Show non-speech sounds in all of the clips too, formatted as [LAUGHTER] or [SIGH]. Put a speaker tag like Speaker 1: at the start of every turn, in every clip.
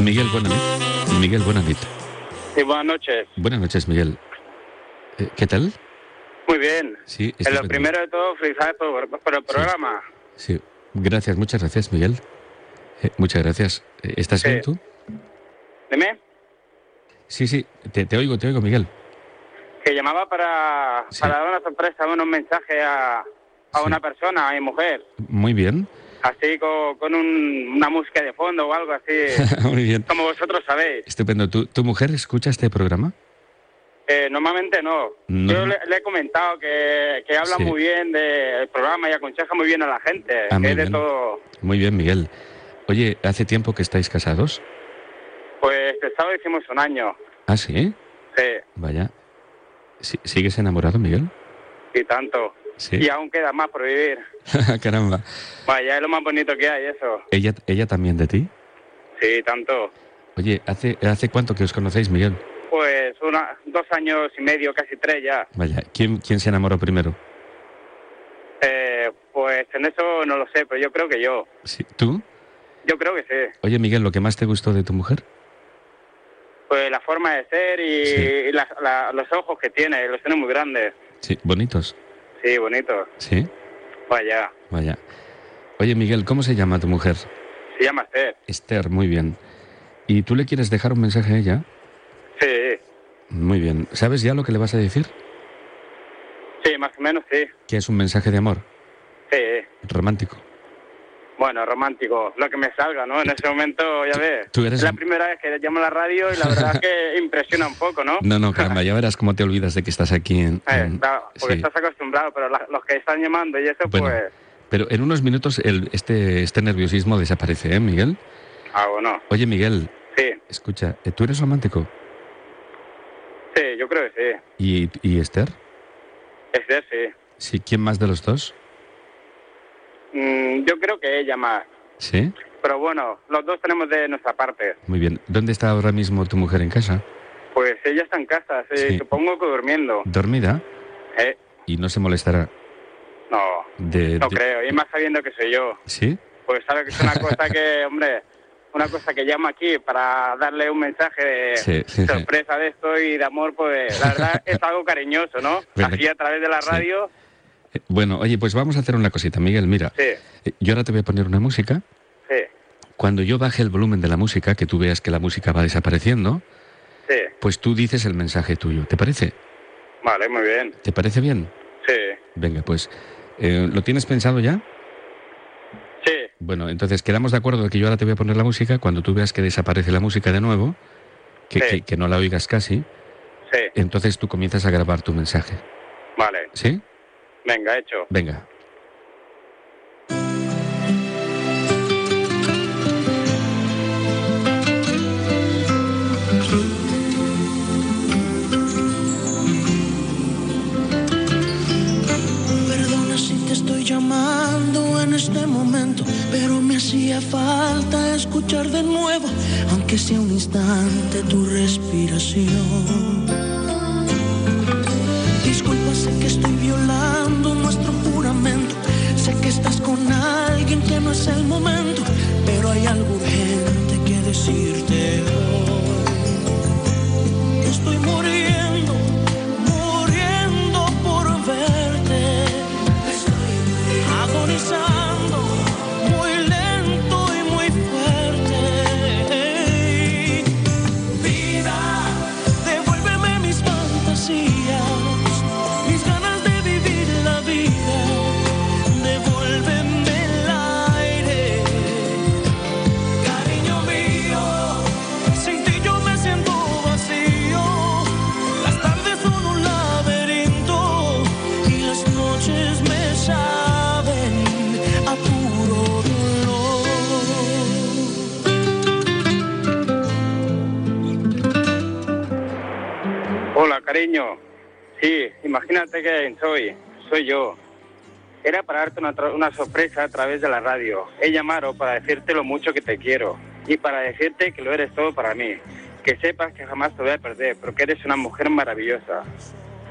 Speaker 1: Miguel, buenas noches. Miguel, buenas noches.
Speaker 2: Sí, buenas noches.
Speaker 1: Buenas noches, Miguel. Eh, ¿Qué tal?
Speaker 2: Muy bien.
Speaker 1: Sí,
Speaker 2: en lo
Speaker 1: estupendo.
Speaker 2: primero de todo, felicidades por, por el programa.
Speaker 1: Sí, gracias, muchas gracias, Miguel. Eh, muchas gracias. Eh, ¿Estás
Speaker 2: Sí.
Speaker 1: bien tú?
Speaker 2: Dime,
Speaker 1: Sí, sí, te, te oigo, te oigo, Miguel.
Speaker 2: que llamaba para,
Speaker 1: Sí.
Speaker 2: para dar una sorpresa, un mensaje a, a
Speaker 1: Sí.
Speaker 2: una persona, a mi mujer.
Speaker 1: Muy bien, [LAUGHS]
Speaker 2: Así co- con, un- una música de fondo o algo así,
Speaker 1: [LAUGHS] muy bien.
Speaker 2: como vosotros sabéis.
Speaker 1: Estupendo. ¿Tu, tu mujer escucha este programa?
Speaker 2: Eh, normalmente no.
Speaker 1: No.
Speaker 2: Yo le, le he comentado que, que habla
Speaker 1: Sí.
Speaker 2: muy bien del programa y aconseja muy bien a la gente.
Speaker 1: Ah,
Speaker 2: que
Speaker 1: muy
Speaker 2: es de
Speaker 1: bien.
Speaker 2: todo.
Speaker 1: Muy bien, Miguel. Oye, ¿hace tiempo que estáis casados?
Speaker 2: Pues el sábado hicimos un año.
Speaker 1: Ah, sí,
Speaker 2: Sí,
Speaker 1: vaya. Sí, ¿Sigues enamorado, Miguel?
Speaker 2: y tanto.
Speaker 1: Sí. [LAUGHS] Ah,
Speaker 2: Y aún queda más por vivir.
Speaker 1: Caramba.
Speaker 2: Vaya, es lo más bonito que hay, eso.
Speaker 1: ¿Ella, ella también de ti?
Speaker 2: Sí, tanto.
Speaker 1: Oye, ¿hace, ¿hace cuánto que os conocéis, Miguel?
Speaker 2: Pues una, dos años y medio, casi tres ya.
Speaker 1: Vaya, ¿quién, quién se enamoró primero?
Speaker 2: Eh, pues en eso no lo sé, pero yo creo que yo.
Speaker 1: Sí, ¿Tú?
Speaker 2: Yo creo que sí.
Speaker 1: Oye, Miguel, ¿lo que más te gustó de tu mujer?
Speaker 2: Pues la forma de ser y,
Speaker 1: Sí.
Speaker 2: y las- la- los ojos que tiene, los tiene muy grandes.
Speaker 1: Sí, bonitos.
Speaker 2: Sí, bonito.
Speaker 1: Sí,
Speaker 2: Vaya,
Speaker 1: vaya. Oye, Miguel, ¿cómo se llama tu mujer?
Speaker 2: se llama Esther.
Speaker 1: Esther, muy bien. ¿Y tú le quieres dejar un mensaje a ella?
Speaker 2: Sí,
Speaker 1: Muy bien. ¿Sabes ya lo que le vas a decir?
Speaker 2: sí, más o menos sí.
Speaker 1: Que es un mensaje de amor,
Speaker 2: Sí,
Speaker 1: romántico.
Speaker 2: bueno, romántico, lo que me salga, ¿no? En ese momento, ya ves.
Speaker 1: tú eres-
Speaker 2: Es la primera vez que llamo a la radio y la verdad es
Speaker 1: [LAUGHS]
Speaker 2: que impresiona un poco, ¿no?
Speaker 1: No, no, caramba, ya verás cómo te olvidas de que estás aquí en...
Speaker 2: Eh,
Speaker 1: en-
Speaker 2: está- porque
Speaker 1: sí.
Speaker 2: estás acostumbrado, pero la- los que están llamando y eso,
Speaker 1: Bueno.
Speaker 2: pues.
Speaker 1: Pero en unos minutos el- este, este nerviosismo desaparece, ¿eh, Miguel?
Speaker 2: Ah, bueno,
Speaker 1: Oye, Miguel,
Speaker 2: sí.
Speaker 1: escucha, ¿eh, ¿tú eres romántico?
Speaker 2: Sí, yo creo que sí.
Speaker 1: ¿Y, y Esther?
Speaker 2: Esther sí.
Speaker 1: Sí, ¿quién más de los dos?
Speaker 2: Mm, yo creo que ella más.
Speaker 1: Sí,
Speaker 2: Pero bueno, los dos tenemos de nuestra parte.
Speaker 1: muy bien. ¿Dónde está ahora mismo tu mujer en casa?
Speaker 2: Pues ella está en casa, sí,
Speaker 1: Sí.
Speaker 2: supongo que durmiendo.
Speaker 1: ¿Dormida?
Speaker 2: Eh,
Speaker 1: Y no se molestará
Speaker 2: no,
Speaker 1: de...
Speaker 2: no
Speaker 1: de-
Speaker 2: creo. Y más sabiendo que soy yo.
Speaker 1: ¿Sí?
Speaker 2: Pues sabe que
Speaker 1: [LAUGHS]
Speaker 2: es una cosa que, hombre, una cosa que llamo aquí para darle un mensaje de
Speaker 1: Sí, sí, sí.
Speaker 2: sorpresa de esto y de amor, pues la
Speaker 1: [LAUGHS]
Speaker 2: verdad es algo cariñoso, ¿no?
Speaker 1: Verdad.
Speaker 2: Así a través de la
Speaker 1: Sí.
Speaker 2: radio,
Speaker 1: Eh, [LAUGHS] Bueno, oye, pues vamos a hacer una cosita, Miguel. Mira,
Speaker 2: sí,
Speaker 1: eh, yo ahora te voy a poner una música.
Speaker 2: sí,
Speaker 1: Cuando yo baje el volumen de la música, que tú veas que la música va desapareciendo,
Speaker 2: sí.
Speaker 1: pues tú dices el mensaje tuyo. ¿Te parece?
Speaker 2: Vale, muy bien.
Speaker 1: ¿Te parece bien?
Speaker 2: Sí,
Speaker 1: Venga, pues, eh, ¿lo tienes pensado ya?
Speaker 2: sí,
Speaker 1: Bueno, entonces quedamos de acuerdo de que yo ahora te voy a poner la música. Cuando tú veas que desaparece la música de nuevo, que-
Speaker 2: Sí.
Speaker 1: que- que no la oigas casi,
Speaker 2: sí.
Speaker 1: entonces tú comienzas a grabar tu mensaje.
Speaker 2: Vale,
Speaker 1: ¿Sí?
Speaker 2: venga, hecho.
Speaker 1: Venga.
Speaker 3: Perdona si te estoy llamando en este momento, pero me hacía falta escuchar de nuevo, aunque sea un instante, tu respiración. Disculpa, sé que estoy violando nuestro juramento, sé que estás con alguien que no es el momento, pero hay algo urgente que decirte hoy. Estoy muriendo, muriendo por verte. Agonizando, muy lento y muy fuerte. Vida, devuélveme
Speaker 2: cariño. Sí, imagínate que soy, soy yo. Era para darte una, tra- una sorpresa a través de la radio. He llamado para decirte lo mucho que te quiero y para decirte que lo eres todo para mí. Que sepas que jamás te voy a perder, porque eres una mujer maravillosa.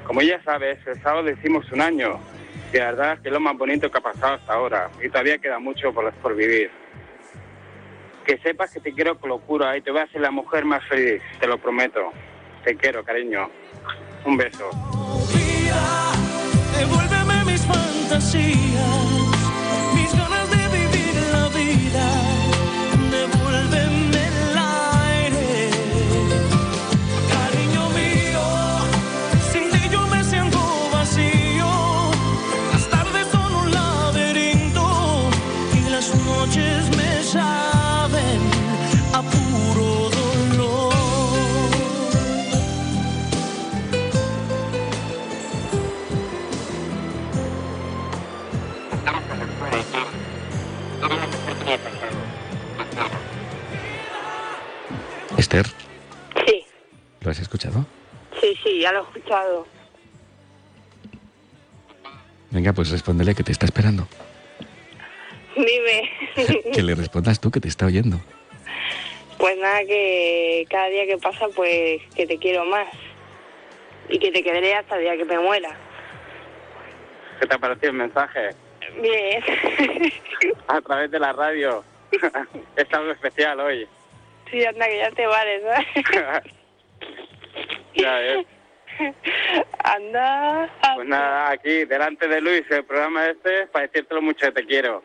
Speaker 2: Como ya sabes, el sábado hicimos un año. Y la verdad es que es lo más bonito que ha pasado hasta ahora. Y todavía queda mucho por, por vivir. Que sepas que te quiero con locura y te voy a hacer la mujer más feliz, te lo prometo. Te quiero, cariño. Un beso.
Speaker 3: vida, devuélveme mis fantasías, mis ganas de vivir la vida, devuélveme el aire. Cariño mío, sin ti yo me siento vacío, las tardes son un laberinto y las noches me saben a puro dolor.
Speaker 1: Esther,
Speaker 4: Sí,
Speaker 1: ¿lo has escuchado?
Speaker 4: sí, sí, ya lo he escuchado.
Speaker 1: Venga, pues respóndele que te está esperando.
Speaker 4: Dime.
Speaker 1: Que le respondas tú que te está oyendo.
Speaker 4: Pues nada, que cada día que pasa, pues que te quiero más. Y que te quedaré hasta el día que me muera.
Speaker 2: ¿Qué te ha parecido el mensaje?
Speaker 4: Bien. [LAUGHS]
Speaker 2: A través de la radio. [LAUGHS] es algo especial hoy. [LAUGHS]
Speaker 4: sí, anda, que ya te vale, ¿sabes?
Speaker 2: Ya ves.
Speaker 4: anda.
Speaker 2: Pues nada, aquí, delante de Luis, el programa este, para decirte lo mucho que te quiero.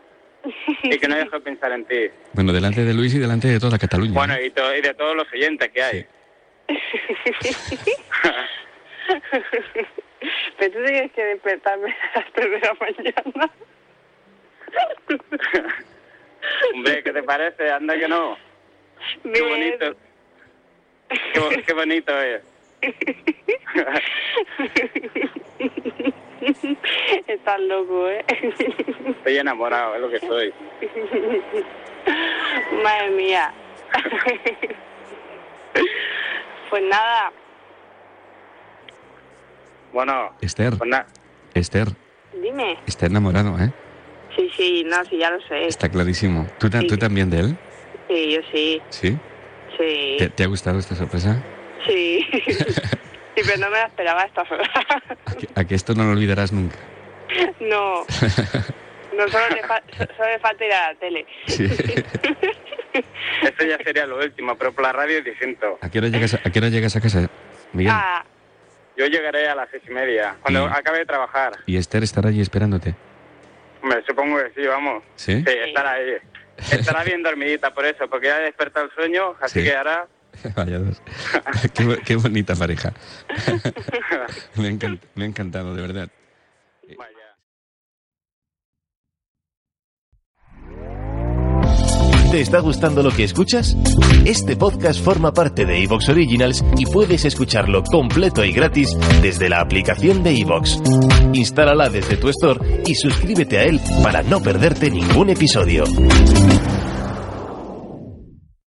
Speaker 2: Y que no dejo de pensar en ti.
Speaker 1: Bueno, delante de Luis y delante de toda Cataluña.
Speaker 2: Bueno,
Speaker 1: ¿eh?
Speaker 2: y, to- y de todos los oyentes que hay.
Speaker 4: [LAUGHS] Pero tú tienes que despertarme a las 3 de la mañana.
Speaker 2: Hombre, ¿qué te parece? Anda que no. Qué
Speaker 4: Bien.
Speaker 2: bonito. Qué, bo- qué bonito es.
Speaker 4: Estás loco, ¿eh? [LAUGHS]
Speaker 2: Estoy enamorado, es lo que soy.
Speaker 4: Madre mía. [LAUGHS] pues nada,
Speaker 2: Bueno,
Speaker 1: Esther,
Speaker 2: pues nada.
Speaker 1: Esther,
Speaker 4: dime.
Speaker 1: está enamorado, ¿eh?
Speaker 4: Sí, sí, no, sí, ya lo sé.
Speaker 1: Está clarísimo. ¿Tú, ta-
Speaker 4: Sí.
Speaker 1: tú también de él?
Speaker 4: Sí, yo sí,
Speaker 1: ¿Sí?
Speaker 4: sí,
Speaker 1: ¿Te, te ha gustado esta sorpresa?
Speaker 4: sí. Sí, pero no me la esperaba a estas horas.
Speaker 1: A que, a que esto no lo olvidarás nunca.
Speaker 4: [LAUGHS] No. No, solo le, fa- solo le falta ir a la tele.
Speaker 1: Sí.
Speaker 2: Esto ya sería lo último, pero por la radio es distinto.
Speaker 1: [LAUGHS] ¿A qué hora llegas a, a qué hora llegas a casa, Miguel?
Speaker 4: Ah,
Speaker 2: Yo llegaré a las seis y media, cuando
Speaker 1: Mm.
Speaker 2: acabe de trabajar.
Speaker 1: Y Esther estará allí esperándote.
Speaker 2: Me supongo que sí, vamos.
Speaker 1: ¿Sí?
Speaker 2: Sí, estará ahí. Estará bien dormidita por eso, porque ya desperta el sueño, así
Speaker 1: Sí.
Speaker 2: que ahora...
Speaker 1: [LAUGHS] Vaya dos. qué, bo- qué bonita pareja. [LAUGHS] me, ha encant- me ha encantado, de verdad.
Speaker 2: Vaya.
Speaker 5: ¿Te está gustando lo que escuchas? Este podcast forma parte de Evox Originals y puedes escucharlo completo y gratis desde la aplicación de Evox. Instálala desde tu store y suscríbete a él para no perderte ningún episodio.